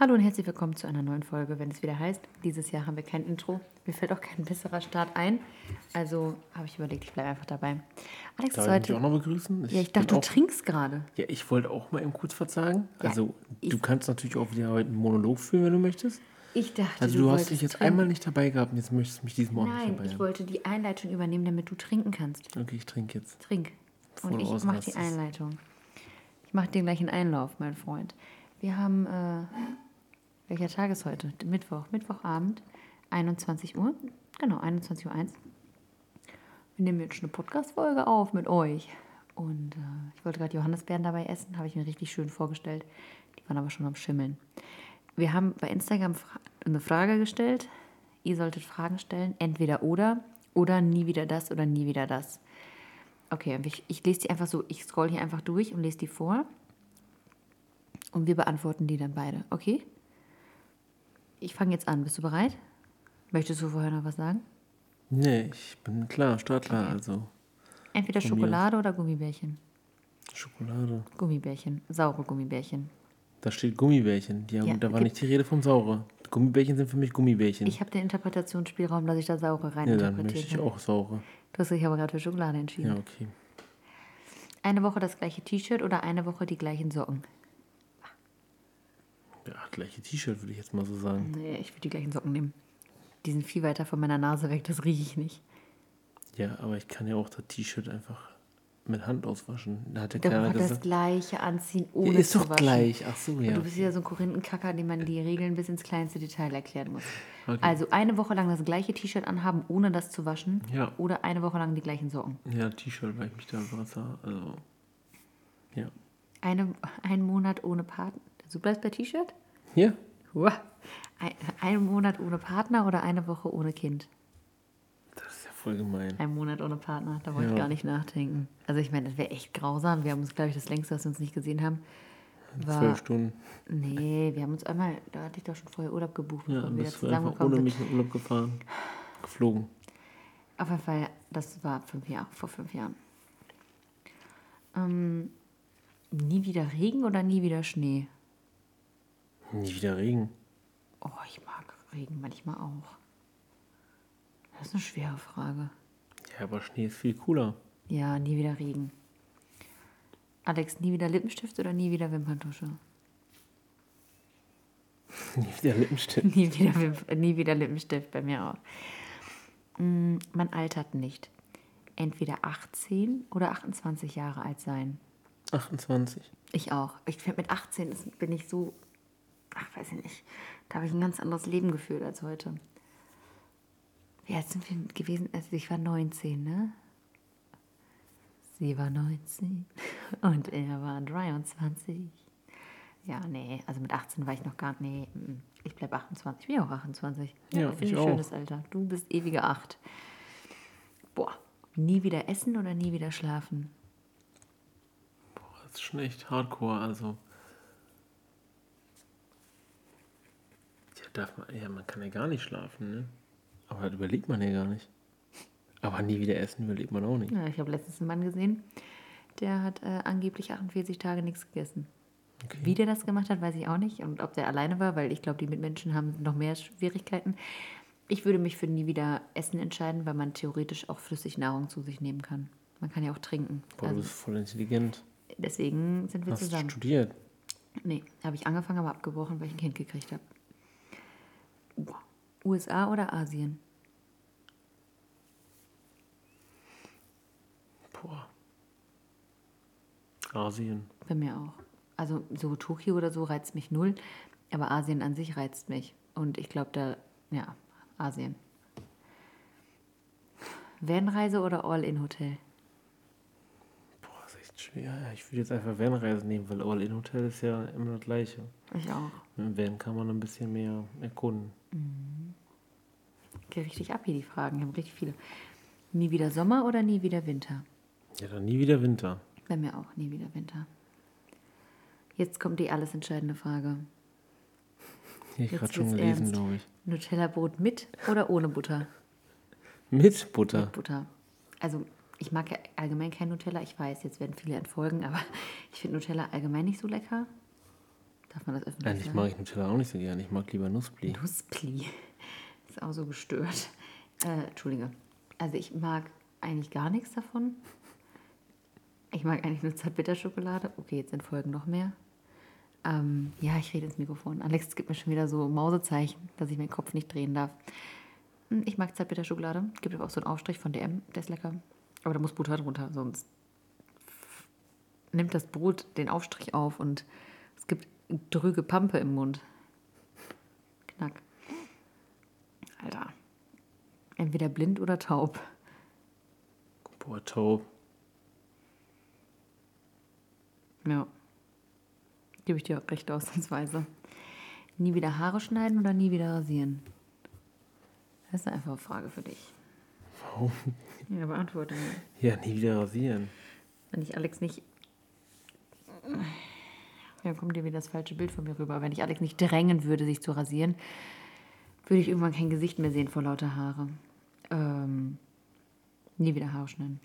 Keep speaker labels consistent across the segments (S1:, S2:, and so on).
S1: Hallo und herzlich willkommen zu einer neuen Folge, wenn es wieder heißt. Dieses Jahr haben wir kein Intro. Mir fällt auch kein besserer Start ein. Also habe ich überlegt, ich bleibe einfach dabei. Alex
S2: Darf
S1: ist
S2: ich
S1: heute.
S2: dich auch noch begrüßen?
S1: ja, ich
S2: bin
S1: dachte, du
S2: auch,
S1: trinkst gerade.
S2: Ja, ich wollte auch mal eben kurz verzagen.
S1: Ja,
S2: also, du
S1: ich-
S2: kannst natürlich auch wieder heute einen Monolog führen, wenn du möchtest.
S1: Ich dachte,
S2: Also, du, hast
S1: wolltest
S2: dich jetzt
S1: trinken.
S2: einmal nicht dabei gehabt und jetzt möchtest du mich diesmal auch nicht
S1: Nein,
S2: dabei
S1: ich
S2: haben.
S1: wollte die Einleitung übernehmen, damit du trinken kannst.
S2: Okay, ich trinke jetzt.
S1: Trink.
S2: Bevor
S1: Und
S2: du
S1: ich mache die
S2: ausrastest.
S1: Einleitung. Ich mache dir gleich einen Einlauf, mein Freund. Wir haben, äh, welcher Tag ist heute? Mittwoch. Mittwochabend, 21 Uhr. Genau, 21.01 Uhr. Wir nehmen jetzt schon eine Podcast-Folge auf mit euch. Und äh, ich wollte gerade Johannisbeeren dabei essen, habe ich mir richtig schön vorgestellt. Die waren aber schon am Schimmeln. Wir haben bei Instagram fra eine Frage gestellt. Ihr solltet Fragen stellen, entweder oder, oder nie wieder das oder nie wieder das. Okay, ich, ich lese die einfach so, ich scroll hier einfach durch und lese die vor. Und wir beantworten die dann beide, okay? Ich fange jetzt an. Bist du bereit? Möchtest du vorher noch was sagen?
S2: Nee, ich bin klar, startklar. Also,
S1: Entweder
S2: mir aus.
S1: Schokolade oder Gummibärchen.
S2: Schokolade.
S1: Gummibärchen, saure Gummibärchen.
S2: Da steht Gummibärchen. Die haben,
S1: Ja,
S2: da war
S1: gibt-
S2: nicht die Rede vom Saure. Gummibärchen sind für mich Gummibärchen.
S1: Ich habe den Interpretationsspielraum, dass ich da saure
S2: ja, dann möchte
S1: reininterpretiert
S2: ich
S1: habe.
S2: auch Saure.
S1: Du hast dich aber gerade für Schokolade entschieden.
S2: Ja, okay.
S1: Eine Woche das gleiche T-Shirt oder eine Woche die gleichen Socken?
S2: Ja, gleiche T-Shirt würde ich jetzt mal so sagen.
S1: Nee, ich würde die gleichen Socken nehmen. Die sind viel weiter von meiner Nase weg, das rieche ich nicht.
S2: Ja, aber ich kann ja auch das T-Shirt einfach mit Hand auswaschen. Da hat der
S1: Doch
S2: Kerl
S1: einfach halt das
S2: gesagt.
S1: gleiche anziehen,
S2: Ja,
S1: ohne
S2: ist
S1: zu
S2: doch
S1: waschen.
S2: gleich. Ach so,
S1: Und
S2: ja.
S1: du bist ja so ein Korinthenkacker, dem man die Regeln bis ins kleinste Detail erklären muss.
S2: Okay.
S1: Also eine Woche lang das gleiche T-Shirt anhaben, ohne das zu waschen.
S2: Ja.
S1: Oder eine Woche lang die gleichen Socken.
S2: Ja, T-Shirt, weil ich mich da Wasser. Also. Ja.
S1: Eine, einen Monat ohne Partner. Du bleibst bei T-Shirt?
S2: Ja?
S1: Hua. Ein, einen Monat ohne Partner oder eine Woche ohne Kind?
S2: Das ist ja voll gemein.
S1: Ein Monat ohne Partner, da wollte ich
S2: Ja.
S1: gar nicht nachdenken. Also ich meine, das wäre echt grausam. Wir haben uns, glaube ich, das längste, was wir uns nicht gesehen haben, war...
S2: Zwölf Stunden.
S1: Nee, wir haben uns einmal, da hatte ich doch schon vorher Urlaub gebucht, bevor
S2: Ja, dann
S1: wir wieder
S2: bist du einfach ohne
S1: zusammengekommen sind.
S2: mich in Urlaub gefahren. Geflogen.
S1: Auf jeden Fall, das war fünf Jahre, vor fünf Jahren. Ähm, nie wieder Regen oder nie wieder Schnee?
S2: Nie wieder Regen.
S1: Oh, ich mag Regen manchmal auch. Das ist eine schwere Frage.
S2: Ja, aber Schnee ist viel cooler.
S1: Ja, nie wieder Regen. Alex, nie wieder Lippenstift oder nie wieder Wimperntusche?
S2: Nie wieder Lippenstift.
S1: Nie wieder, Wimp- nie wieder Lippenstift bei mir auch. Mm, Man altert nicht. Entweder 18 oder 28 Jahre alt sein.
S2: 28.
S1: Ich auch. Ich finde, mit 18 ist, bin ich so, ach, weiß ich nicht, da habe ich ein ganz anderes Leben gefühlt als heute. Wie alt sind wir denn gewesen? Also ich war 19, ne? Sie war 19 und er war 23. Ja, nee, also mit 18 war ich noch gar nee, mm, ich bleib 28. Ich bin ja auch 28.
S2: Ja,
S1: finde
S2: ich
S1: ein
S2: auch.
S1: schönes Alter. Du bist ewige 8. Boah, nie wieder essen oder nie wieder schlafen?
S2: Boah, das ist schon echt hardcore. Also. Ja, darf man. Ja, man kann ja gar nicht schlafen, ne? Aber das überlegt man ja gar nicht. Aber nie wieder essen überlegt man auch nicht.
S1: Ja, ich habe letztens einen Mann gesehen, der hat äh, angeblich 48 Tage nichts gegessen.
S2: Okay.
S1: Wie der das gemacht hat, weiß ich auch nicht. Und ob der alleine war, weil ich glaube, die Mitmenschen haben noch mehr Schwierigkeiten. Ich würde mich für nie wieder Essen entscheiden, weil man theoretisch auch flüssig Nahrung zu sich nehmen kann. Man kann ja auch trinken.
S2: Boah, du
S1: also
S2: bist voll intelligent.
S1: deswegen sind wir
S2: Hast
S1: zusammen.
S2: studiert.
S1: Nee, habe ich angefangen, aber abgebrochen, weil ich ein Kind gekriegt habe. Boah. USA oder Asien?
S2: Boah. Asien.
S1: Bei mir auch. Also so Tokio oder so reizt mich null, aber Asien an sich reizt mich. Und ich glaube da, ja, Asien. Vanreise oder All-In-Hotel?
S2: Boah, ist echt schwer. Ja, Ich würde jetzt einfach Vanreise nehmen, weil All-In-Hotel ist ja immer das gleiche.
S1: Ich auch.
S2: Mit dem Van kann man ein bisschen mehr erkunden.
S1: Ich gehe richtig ab hier die Fragen. Ich habe richtig viele. Nie wieder Sommer oder nie wieder Winter?
S2: Ja, dann nie wieder Winter.
S1: Bei mir auch nie wieder Winter. Jetzt kommt die alles entscheidende Frage.
S2: Hätte ich
S1: Jetzt
S2: gerade schon
S1: wird's
S2: gelesen,
S1: ernst.
S2: glaube ich.
S1: Nutella-Brot mit oder ohne Butter?
S2: Mit Butter.
S1: Mit Butter. Also ich mag ja allgemein kein Nutella. Ich weiß, jetzt werden viele entfolgen, aber ich finde Nutella allgemein nicht so lecker. Darf man das öffentlich
S2: Eigentlich mag ich Nutella auch nicht so gern. Ich mag lieber Nusspli.
S1: Nusspli. Ist auch so gestört. Äh, Entschuldige. Also ich mag eigentlich gar nichts davon. Ich mag eigentlich nur Zartbitterschokolade. Okay, jetzt entfolgen noch mehr. Ähm, ja, ich rede ins Mikrofon. Alex gibt mir schon wieder so Mausezeichen, dass ich meinen Kopf nicht drehen darf. Hm, Ich mag Zartbitterschokolade. Gibt aber auch so einen Aufstrich von DM. Der ist lecker. Aber da muss Butter drunter, sonst nimmt das Brot den Aufstrich auf und es gibt drüge Pampe im Mund. Knack. Alter. Entweder blind oder taub.
S2: Boah, taub.
S1: Ja. Gebe ich dir auch recht ausnahmsweise. Nie wieder Haare schneiden oder nie wieder rasieren? Das ist eine einfache Frage für dich.
S2: Warum?
S1: Ja, beantworte mir.
S2: Ja, nie wieder rasieren.
S1: Wenn ich Alex nicht. Dann kommt dir wieder das falsche Bild von mir rüber. Wenn ich Alex nicht drängen würde, sich zu rasieren, würde ich irgendwann kein Gesicht mehr sehen vor lauter Haare. Ähm, nie wieder Haare schneiden.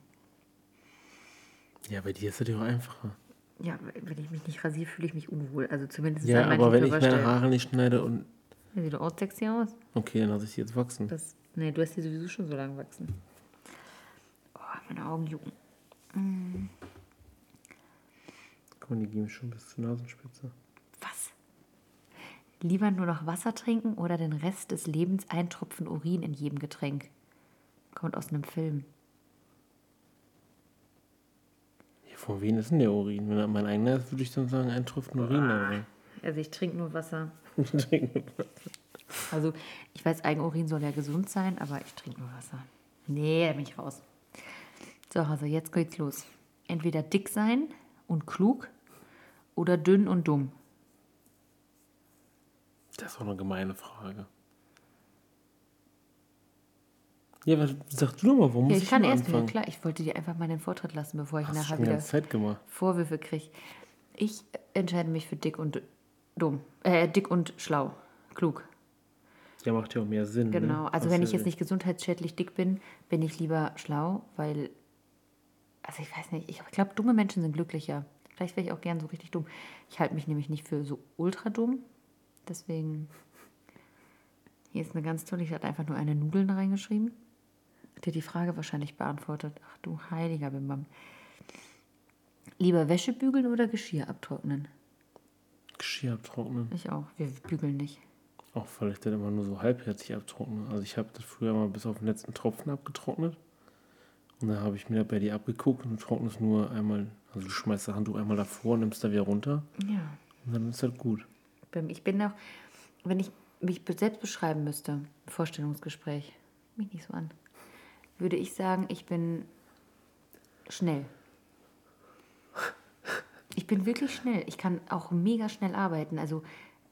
S2: Ja, bei dir ist das ja auch einfacher.
S1: Ja, wenn ich mich nicht rasiere, fühle ich mich unwohl. Also zumindest
S2: Ja,
S1: an manchen
S2: aber wenn ich meine
S1: Körperstellen.
S2: Haare nicht schneide und.
S1: Ja, Sieht doch auch sexy aus.
S2: Okay, dann lasse ich die jetzt wachsen.
S1: Das, nee, du hast die sowieso schon so lang wachsen. Oh, meine Augen jucken.
S2: Guck mal, die gehen schon bis zur Nasenspitze.
S1: Was? Lieber nur noch Wasser trinken oder den Rest des Lebens ein Tropfen Urin in jedem Getränk? Kommt aus einem Film.
S2: Ja, von wem ist denn der Urin? Wenn er mein eigener ist, würde ich dann sagen, ein Tropfen Urin. Aber.
S1: Also ich trinke nur Wasser. Also ich weiß, Eigenurin soll ja gesund sein, aber ich trinke nur Wasser. Nee, da bin ich raus. So, also jetzt geht's los. Entweder dick sein und klug oder dünn und dumm.
S2: Das ist auch eine gemeine Frage. Ja, was sagst du nochmal? Warum
S1: Ja,
S2: muss
S1: ich kann
S2: immer
S1: erst wieder,
S2: anfangen?
S1: klar. Ich wollte dir einfach mal den Vortritt lassen, bevor ich
S2: Hast du
S1: nachher
S2: schon die
S1: wieder
S2: ganze Zeit gemacht.
S1: Vorwürfe kriege. Ich entscheide mich für dick und dumm. Äh, dick und schlau. Klug.
S2: Ja, macht ja auch mehr Sinn.
S1: Genau.
S2: Ne?
S1: Also wenn ich
S2: Absolut.
S1: jetzt nicht gesundheitsschädlich dick bin, bin ich lieber schlau, weil. Also ich weiß nicht, ich glaube, dumme Menschen sind glücklicher. Vielleicht wäre ich auch gern so richtig dumm. Ich halte mich nämlich nicht für so ultra dumm. Deswegen. Hier ist eine ganz tolle, ich hatte einfach nur eine Nudeln reingeschrieben. Hat dir die Frage wahrscheinlich beantwortet. Ach du heiliger Bimbam. Lieber Wäsche bügeln oder Geschirr abtrocknen?
S2: Geschirr abtrocknen.
S1: Ich auch. Wir bügeln nicht.
S2: Auch weil ich das immer nur so halbherzig abtrockne. Also ich habe das früher mal bis auf den letzten Tropfen abgetrocknet. Und dann habe ich mir das bei dir abgeguckt und du trocknest nur einmal, also du schmeißt das Handtuch einmal davor, nimmst da wieder runter
S1: Ja.
S2: und dann ist das gut.
S1: Beim- Ich bin auch, wenn ich mich be- selbst beschreiben müsste, Vorstellungsgespräch, mich nicht so an, würde ich sagen, ich bin schnell. Ich bin wirklich schnell. Ich kann auch mega schnell arbeiten. Also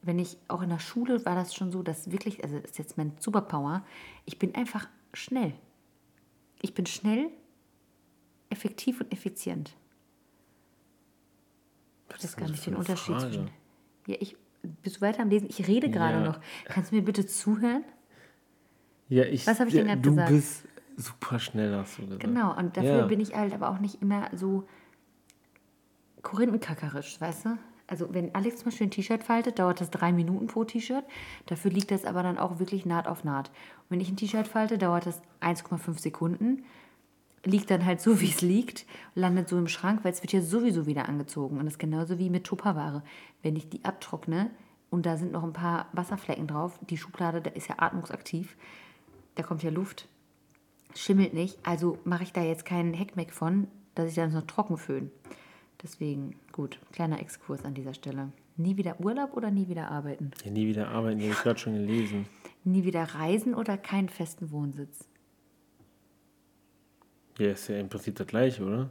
S1: wenn ich, auch in der Schule war das schon so, dass wirklich, also das ist jetzt mein Superpower, ich bin einfach schnell. Ich bin schnell, effektiv und effizient. Ich weiß
S2: ist
S1: gar
S2: denn das
S1: nicht
S2: für
S1: den
S2: eine
S1: Unterschied
S2: Frage?
S1: zwischen. Ja, ich. Bist du weiter am Lesen? Ich rede gerade
S2: Ja.
S1: noch. Kannst du mir bitte zuhören?
S2: Ja, ich,
S1: Was hab ich
S2: ja,
S1: denn gerade
S2: du
S1: gesagt?
S2: bist super schnell, hast du gesagt.
S1: Genau, und dafür
S2: ja.
S1: bin ich halt aber auch nicht immer so korinthenkackerisch, weißt du? Also wenn Alex zum Beispiel ein T-Shirt faltet, dauert das drei Minuten pro T-Shirt. Dafür liegt das aber dann auch wirklich Naht auf Naht. Und wenn ich ein T-Shirt falte, dauert das 1,5 Sekunden. Liegt dann halt so, wie es liegt, landet so im Schrank, weil es wird ja sowieso wieder angezogen. Und das ist genauso wie mit Tupperware. Wenn ich die abtrockne und da sind noch ein paar Wasserflecken drauf, die Schublade, da ist ja atmungsaktiv, da kommt ja Luft, schimmelt nicht. Also mache ich da jetzt keinen Heckmeck von, dass ich dann noch trocken föhne. Deswegen, gut, kleiner Exkurs an dieser Stelle. Nie wieder Urlaub oder nie wieder arbeiten?
S2: Ja, nie wieder arbeiten, die habe ich gerade schon gelesen.
S1: Nie wieder reisen oder keinen festen Wohnsitz?
S2: Ja, ist ja im Prinzip das gleiche, oder?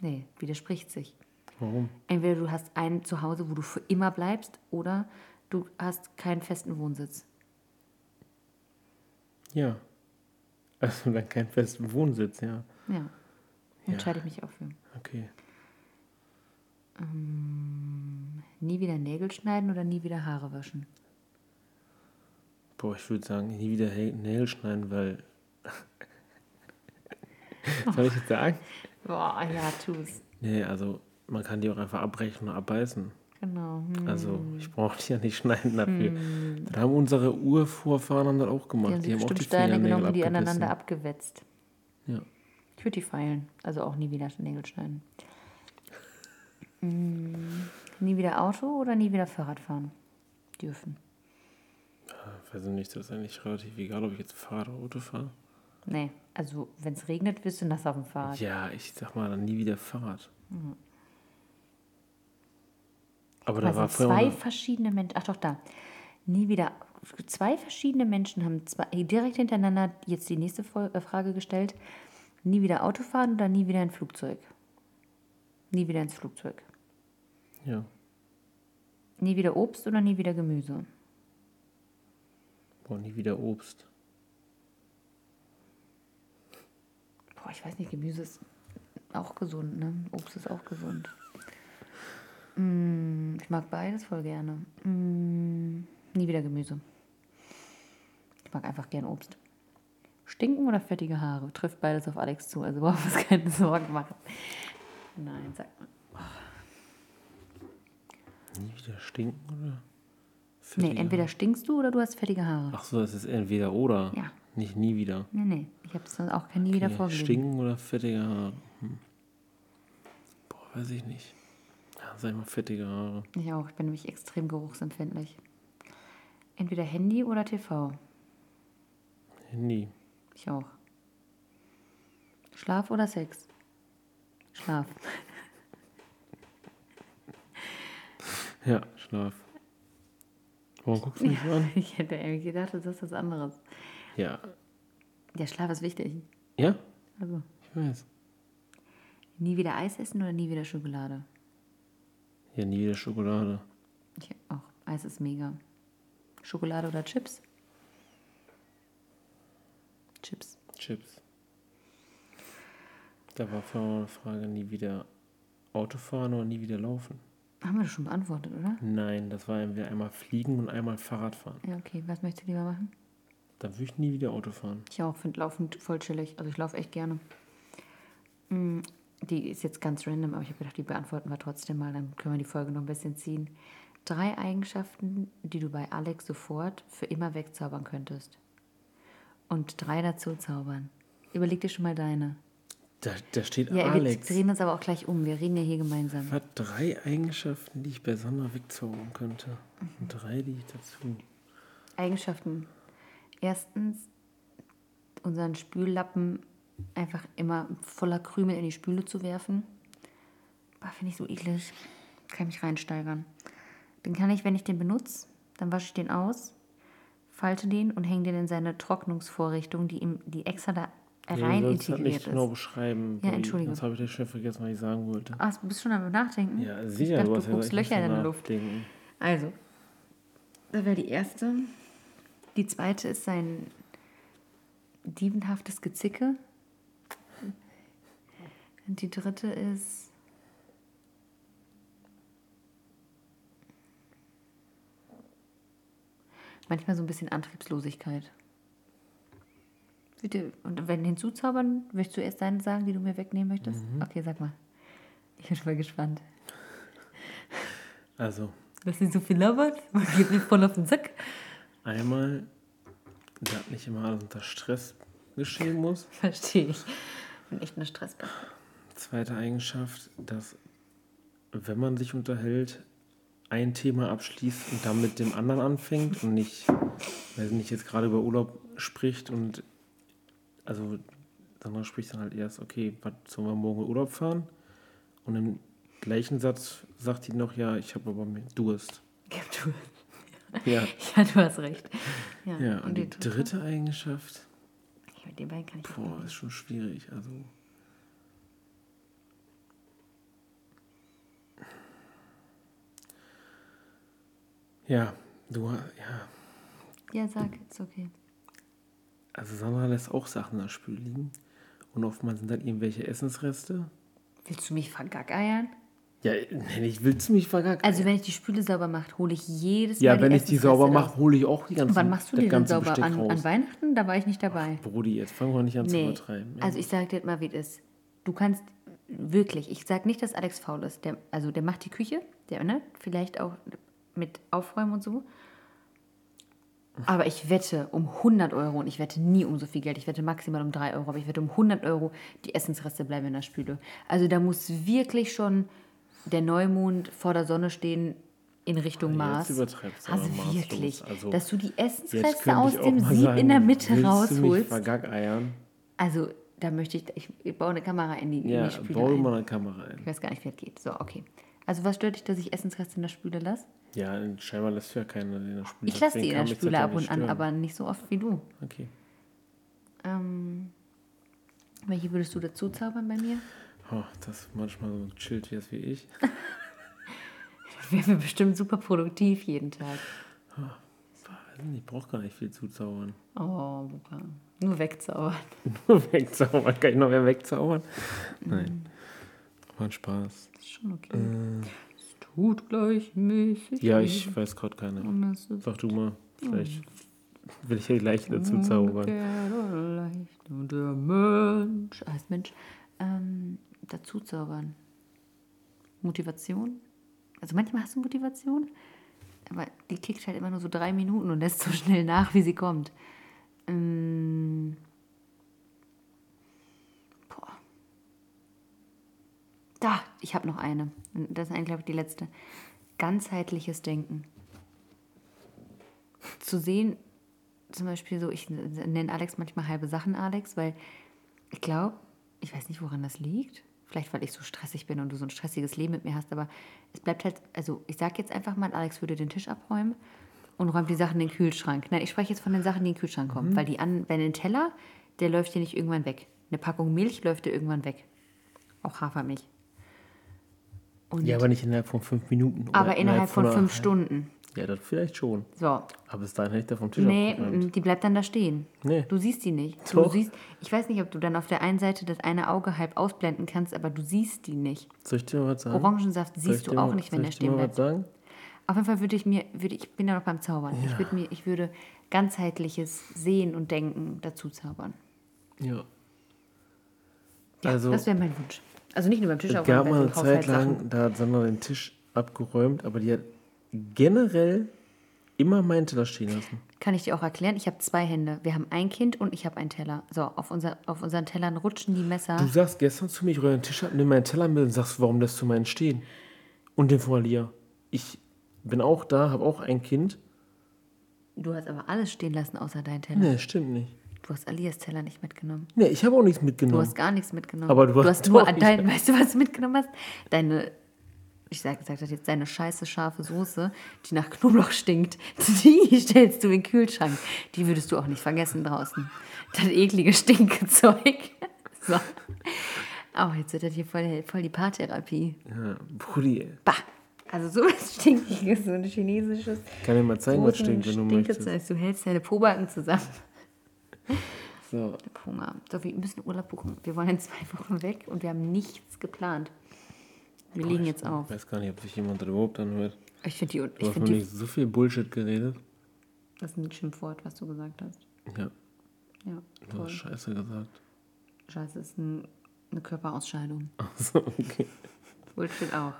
S1: Nee, widerspricht sich.
S2: Warum?
S1: Entweder du hast ein Zuhause, wo du für immer bleibst, oder du hast keinen festen Wohnsitz.
S2: Ja. Also dann keinen festen Wohnsitz, ja.
S1: Ja, entscheide ich mich auch für.
S2: Okay.
S1: Nie wieder Nägel schneiden oder nie wieder Haare waschen?
S2: Boah, ich würde sagen, nie wieder Hä- Nägel schneiden, weil. Soll ich jetzt sagen?
S1: Boah, ja, tu's.
S2: Nee, also man kann die auch einfach abbrechen und abbeißen.
S1: Genau. Hm.
S2: Also ich brauche die ja nicht schneiden dafür.
S1: Hm.
S2: Dann haben unsere Urvorfahren haben das auch
S1: Die
S2: gemacht.
S1: haben
S2: Die
S1: sich
S2: haben, auch
S1: bestimmt
S2: die
S1: Steine
S2: Fingernägel
S1: genommen, die
S2: abgebissen.
S1: aneinander abgewetzt.
S2: Ja.
S1: Ich würde die feilen. Also auch nie wieder Nägel schneiden. Hm. Nie wieder Auto oder nie wieder Fahrrad fahren dürfen.
S2: Weiß ich nicht, das ist eigentlich relativ egal, ob ich jetzt fahre oder Auto fahre.
S1: Nee, also wenn es regnet, bist du nass auf dem Fahrrad.
S2: Ja, ich sag mal, dann nie wieder Fahrrad.
S1: Mhm.
S2: Aber da
S1: Also
S2: war vorher auch
S1: zwei
S2: noch-
S1: verschiedene Menschen. Ach doch, da. Nie wieder. Zwei verschiedene Menschen haben zwei, direkt hintereinander jetzt die nächste Fol- äh, Frage gestellt. Nie wieder Auto fahren oder nie wieder ein Flugzeug? Nie wieder ins Flugzeug.
S2: Ja,
S1: Nie wieder Obst oder nie wieder Gemüse?
S2: boah, nie wieder Obst.
S1: Boah, ich weiß nicht, Gemüse ist auch gesund, ne? Obst ist auch gesund. Mm, ich mag beides voll gerne. Mm, nie wieder Gemüse. Ich mag einfach gern Obst. Stinken oder fettige Haare? Trifft beides auf Alex zu, also brauchen wir uns keine Sorgen machen. Nein, sag mal.
S2: Nie wieder stinken oder?
S1: Nee,
S2: Fettige
S1: entweder
S2: Haare?
S1: stinkst du oder du hast fettige Haare.
S2: Ach so, das ist entweder oder.
S1: Ja.
S2: Nicht nie wieder.
S1: Nee, nee. Ich habe sonst auch kein Nie wieder
S2: Nee,
S1: vorgelesen.
S2: Stinken oder fettige Haare? Hm. Boah, weiß ich nicht. Ja, sag ich mal fettige Haare.
S1: Ich auch. Ich bin nämlich extrem geruchsempfindlich. Entweder Handy oder TV.
S2: Handy.
S1: Ich auch. Schlaf oder Sex? Schlaf.
S2: Ja, Schlaf. Warum guckst du mich an?
S1: Ich hätte irgendwie gedacht, das ist was anderes.
S2: Ja.
S1: Der Schlaf ist wichtig.
S2: Ja,
S1: Also,
S2: ich weiß.
S1: nie wieder Eis essen oder nie wieder Schokolade?
S2: Ja, nie wieder Schokolade.
S1: Ich auch. Eis ist mega. Schokolade oder Chips? Chips.
S2: Chips. Da war vorher noch eine Frage, nie wieder Autofahren oder nie wieder laufen.
S1: Haben wir das schon beantwortet, oder?
S2: Nein, das war entweder einmal fliegen und einmal Fahrradfahren.
S1: Ja, okay. Was möchtest du lieber machen?
S2: Dann würde ich nie wieder Auto fahren.
S1: Ich auch, finde Laufen voll chillig. Also ich laufe echt gerne. Mm, Die ist jetzt ganz random, aber ich habe gedacht, die beantworten wir trotzdem mal. Dann können wir die Folge noch ein bisschen ziehen. Drei Eigenschaften, die du bei Alex sofort für immer wegzaubern könntest. Und drei dazu zaubern. Überleg dir schon mal deine.
S2: Da, da steht
S1: Ja,
S2: Alex.
S1: wir drehen uns aber auch gleich um. Wir reden ja hier gemeinsam.
S2: Hat drei Eigenschaften, die ich bei Sandra wegzaubern könnte.
S1: Mhm.
S2: Und drei, die ich dazu.
S1: Eigenschaften. Erstens, unseren Spüllappen einfach immer voller Krümel in die Spüle zu werfen. Boah, finde ich so eklig. Kann mich reinsteigern. Den kann ich, wenn ich den benutze, dann wasche ich den aus, falte den und hänge den in seine Trocknungsvorrichtung, die, ihm, die extra da rein
S2: du sollst das
S1: integriert
S2: nicht
S1: ist.
S2: genau beschreiben.
S1: Ja,
S2: Bobby.
S1: Entschuldigung.
S2: Sonst habe ich das schon vergessen, was ich sagen wollte.
S1: Ah, du bist schon am Nachdenken?
S2: Ja, sicher,
S1: dachte, du
S2: hast ja
S1: guckst
S2: gesagt, ich
S1: Löcher
S2: muss
S1: in deine
S2: nachdenken.
S1: Also, da wäre die erste. Die zweite ist sein diebenhaftes Gezicke. Und die dritte ist. Manchmal so ein bisschen Antriebslosigkeit. Bitte. Und wenn hinzuzaubern, möchtest du erst deine sagen, die du mir wegnehmen möchtest? Okay, sag mal. Ich bin voll gespannt.
S2: Also,
S1: Dass sie so viel labert, man geht mir voll auf den Sack.
S2: einmal, dass nicht immer alles unter Stress geschehen muss.
S1: Verstehe ich. Bin echt eine Stressbacke.
S2: Zweite Eigenschaft, dass wenn man sich unterhält, ein Thema abschließt und dann mit dem anderen anfängt und nicht, weiß nicht, jetzt gerade über Urlaub spricht und also Sandra spricht dann halt erst, okay, was sollen wir morgen in Urlaub fahren? Und im gleichen Satz sagt die noch, ja, ich habe aber mehr Durst.
S1: Gib du.
S2: Ja,
S1: Ja, du hast recht.
S2: ja. Und die dritte Eigenschaft,
S1: Ja, mit den beiden kann ich auch
S2: Boah,
S1: nicht.
S2: ist schon schwierig. Also. Ja, du, ha- ja.
S1: Ja, sag, ist okay.
S2: Also Sandra lässt auch Sachen in der Spüle liegen. Und oftmals sind dann irgendwelche Essensreste.
S1: Willst du mich vergackeiern?
S2: Ja, nee, ich willst du mich vergacken.
S1: Also, wenn ich die Spüle sauber mache, hole ich jedes
S2: ja,
S1: Mal.
S2: wenn ich die sauber
S1: Essensreste
S2: mache, hole ich auch die
S1: raus.
S2: ganzen
S1: Wann machst du
S2: das
S1: die denn
S2: ganze
S1: sauber?
S2: Besteck
S1: An, an
S2: raus.
S1: Weihnachten? Da war ich nicht dabei.
S2: Brody, jetzt fangen wir nicht an zu
S1: Nee.
S2: übertreiben. ne? Ja.
S1: Also, ich sag dir jetzt mal, wie es ist. Du kannst wirklich, ich sag nicht, dass Alex faul ist. Der, also, der macht die Küche, der, ne, vielleicht auch mit Aufräumen und so. Aber ich wette um 100 Euro und ich wette nie um so viel Geld. Ich wette maximal um 3 Euro, aber ich wette um 100 Euro, die Essensreste bleiben in der Spüle. Also da muss wirklich schon der Neumond vor der Sonne stehen in Richtung
S2: Ah, Jetzt
S1: Mars.
S2: übertreibst du
S1: also
S2: aber maßlos.
S1: wirklich,
S2: Also
S1: dass du die
S2: Jetzt
S1: Essensreste
S2: könnte
S1: aus
S2: ich auch
S1: dem
S2: mal
S1: Sieb
S2: sagen,
S1: in der Mitte
S2: willst Du mich
S1: rausholst.
S2: vergackeiern?
S1: Also da möchte ich, ich, ich baue eine Kamera in die, in
S2: Ja,
S1: die Spüle
S2: bau
S1: ein.
S2: mal eine Kamera ein.
S1: Ich weiß gar nicht, wie das geht. So, okay. Also was stört dich, dass ich Essensreste in der Spüle lasse?
S2: Ja, scheinbar lässt du ja keine in der Spüle.
S1: Ich lasse die in
S2: Deswegen
S1: der
S2: kann mich das
S1: Spüle
S2: ja
S1: ab und
S2: nicht
S1: an,
S2: stören.
S1: aber nicht so oft wie du.
S2: Okay.
S1: Ähm, welche würdest du dazu zaubern bei mir?
S2: Oh, das manchmal so chillt wie es wie ich.
S1: Ich wäre bestimmt super produktiv jeden Tag.
S2: Weiß nicht, Ich brauche gar nicht viel zuzaubern.
S1: Oh, Luca. Nur wegzaubern.
S2: Nur wegzaubern. Kann ich noch mehr wegzaubern? Nein. War ein Spaß.
S1: Das ist schon okay. Es tut gleichmäßig.
S2: Äh. Ja, ich
S1: Mhm.
S2: weiß gerade keine.
S1: Und es ist
S2: Sag du mal. Vielleicht will ich ja gleich
S1: Mhm.
S2: dazu zaubern.
S1: umgekehrt und leicht. Und der Mensch, als Mensch, ähm, dazu zaubern. Motivation. Also manchmal hast du Motivation, aber die kickt halt immer nur so drei Minuten und lässt so schnell nach, wie sie kommt. Ähm, boah. Da, ich habe noch eine. Und Das ist eigentlich, glaube ich, die letzte. Ganzheitliches Denken. Zu sehen, zum Beispiel so, ich nenne Alex manchmal halbe Sachen Alex, weil ich glaube, ich weiß nicht, woran das liegt. Vielleicht, weil ich so stressig bin und du so ein stressiges Leben mit mir hast, aber es bleibt halt, also ich sage jetzt einfach mal, Alex würde den Tisch abräumen und räumt die Sachen in den Kühlschrank. Nein, ich spreche jetzt von den Sachen, die in den Kühlschrank kommen,
S2: Mhm.
S1: weil die an, wenn ein Teller, der läuft dir nicht irgendwann weg. Eine Packung Milch läuft dir irgendwann weg. Auch Hafermilch. Und,
S2: Ja, aber nicht innerhalb von fünf Minuten. oder
S1: aber innerhalb von
S2: einer-
S1: fünf Stunden.
S2: Ja, das vielleicht schon.
S1: So,
S2: Aber bis dahin hätte ich da vom Tisch
S1: Nee,
S2: abgeräumt.
S1: mm, die bleibt dann da stehen.
S2: Nee.
S1: Du siehst die nicht. Du
S2: Doch.
S1: siehst, ich weiß nicht, ob du dann auf der einen Seite das eine Auge halb ausblenden kannst, aber du siehst die nicht.
S2: Soll ich dir mal was sagen?
S1: Orangensaft
S2: Soll ich
S1: siehst
S2: dir
S1: du auch
S2: mal-
S1: nicht, wenn
S2: soll
S1: der
S2: ich dir
S1: stehen
S2: mal was
S1: bleibt.
S2: sagen?
S1: Auf jeden Fall würde ich mir, würde ich bin ja noch beim Zaubern. Ich würde mir, ich würde ganzheitliches Sehen und Denken dazu zaubern.
S2: Ja.
S1: Ja,
S2: also,
S1: das wäre mein Wunsch. Also nicht nur beim Tisch,
S2: es
S1: auch
S2: gab
S1: bei
S2: mal
S1: so
S2: eine Zeit
S1: Haushaltssachen.
S2: lang, da hat Sandra den Tisch abgeräumt, aber die hat generell immer meinen Teller stehen lassen.
S1: Kann ich dir auch erklären? Ich habe zwei Hände. Wir haben ein Kind und ich habe einen Teller. So, auf, unser, auf unseren Tellern rutschen die Messer.
S2: Du sagst gestern zu mir, ich räume den Tisch ab, nimm meinen Teller mit und sagst, warum lässt du meinen stehen? Und den von Alia. Ich bin auch da, habe auch ein Kind.
S1: Du hast aber alles stehen lassen außer deinen Teller.
S2: Nee, stimmt nicht.
S1: Du hast Alias Teller nicht mitgenommen.
S2: Nee, ich habe auch nichts
S1: Du
S2: mitgenommen.
S1: hast gar nichts mitgenommen.
S2: Ne? Aber du hast
S1: nur
S2: doch
S1: an
S2: nicht-
S1: deinen, weißt du, was du mitgenommen hast? Deine, ich sag, sag das jetzt, deine scheiße scharfe Soße, die nach Knoblauch stinkt, die stellst du in den Kühlschrank. Die würdest du auch nicht vergessen draußen. Das eklige Stinkezeug. So. Oh, jetzt wird das hier voll, voll die Paartherapie.
S2: Ja, Brudi, ey.
S1: Bah! Also so was Stinkiges, so ein chinesisches
S2: kann dir mal zeigen, was stinkt, wenn du möchtest.
S1: Stinkezeug. Du hältst deine Pobacken zusammen.
S2: So.
S1: Ich hab Hunger. So, wir müssen Urlaub gucken. Wir wollen in zwei Wochen weg und wir haben nichts geplant. Wir legen jetzt auf.
S2: Ich weiß gar nicht, ob sich jemand das überhaupt anhört.
S1: Ich finde die,
S2: Du
S1: ich
S2: hast
S1: find
S2: noch
S1: die.
S2: nicht so viel Bullshit geredet.
S1: Das ist ein Schimpfwort, was du gesagt hast.
S2: Ja,
S1: Ja,
S2: du
S1: toll.
S2: hast Scheiße gesagt.
S1: Scheiße, ist ein, eine Körperausscheidung.
S2: Achso, okay.
S1: Bullshit auch.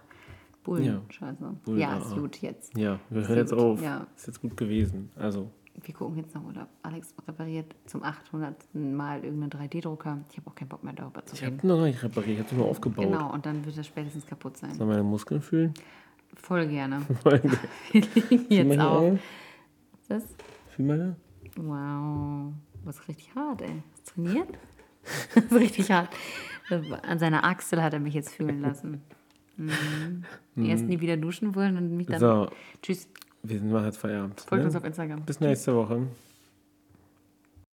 S1: Bullen,
S2: Ja.
S1: scheiße.
S2: Bullen,
S1: ja, ist
S2: ah, ah.
S1: gut jetzt.
S2: Ja, wir
S1: Sehr
S2: hören jetzt
S1: gut,
S2: auf.
S1: ja.
S2: Ist jetzt gut gewesen. Also,
S1: Wir gucken jetzt nach Urlaub. Alex repariert zum 800. Mal irgendeinen 3D-Drucker. Ich habe auch keinen Bock mehr darüber zu
S2: ich habe
S1: reden.
S2: den noch nicht repariert, ich habe den nur aufgebaut.
S1: Genau, und dann wird er spätestens kaputt sein.
S2: Soll meine Muskeln fühlen?
S1: Voll gerne.
S2: Fühl
S1: Wir legen
S2: mal
S1: jetzt
S2: hier
S1: auf.
S2: ein.
S1: Das
S2: Fühl mal hier.
S1: Wow, was richtig hart, ey. Hast du Trainiert? Das ist richtig hart. An seiner Achsel hat er mich jetzt fühlen lassen. Mhm. Erst nie wieder duschen wollen und mich dann.
S2: So,
S1: Tschüss,
S2: wir machen jetzt Feierabend.
S1: folgt uns
S2: Ne?
S1: auf Instagram.
S2: Bis nächste Woche.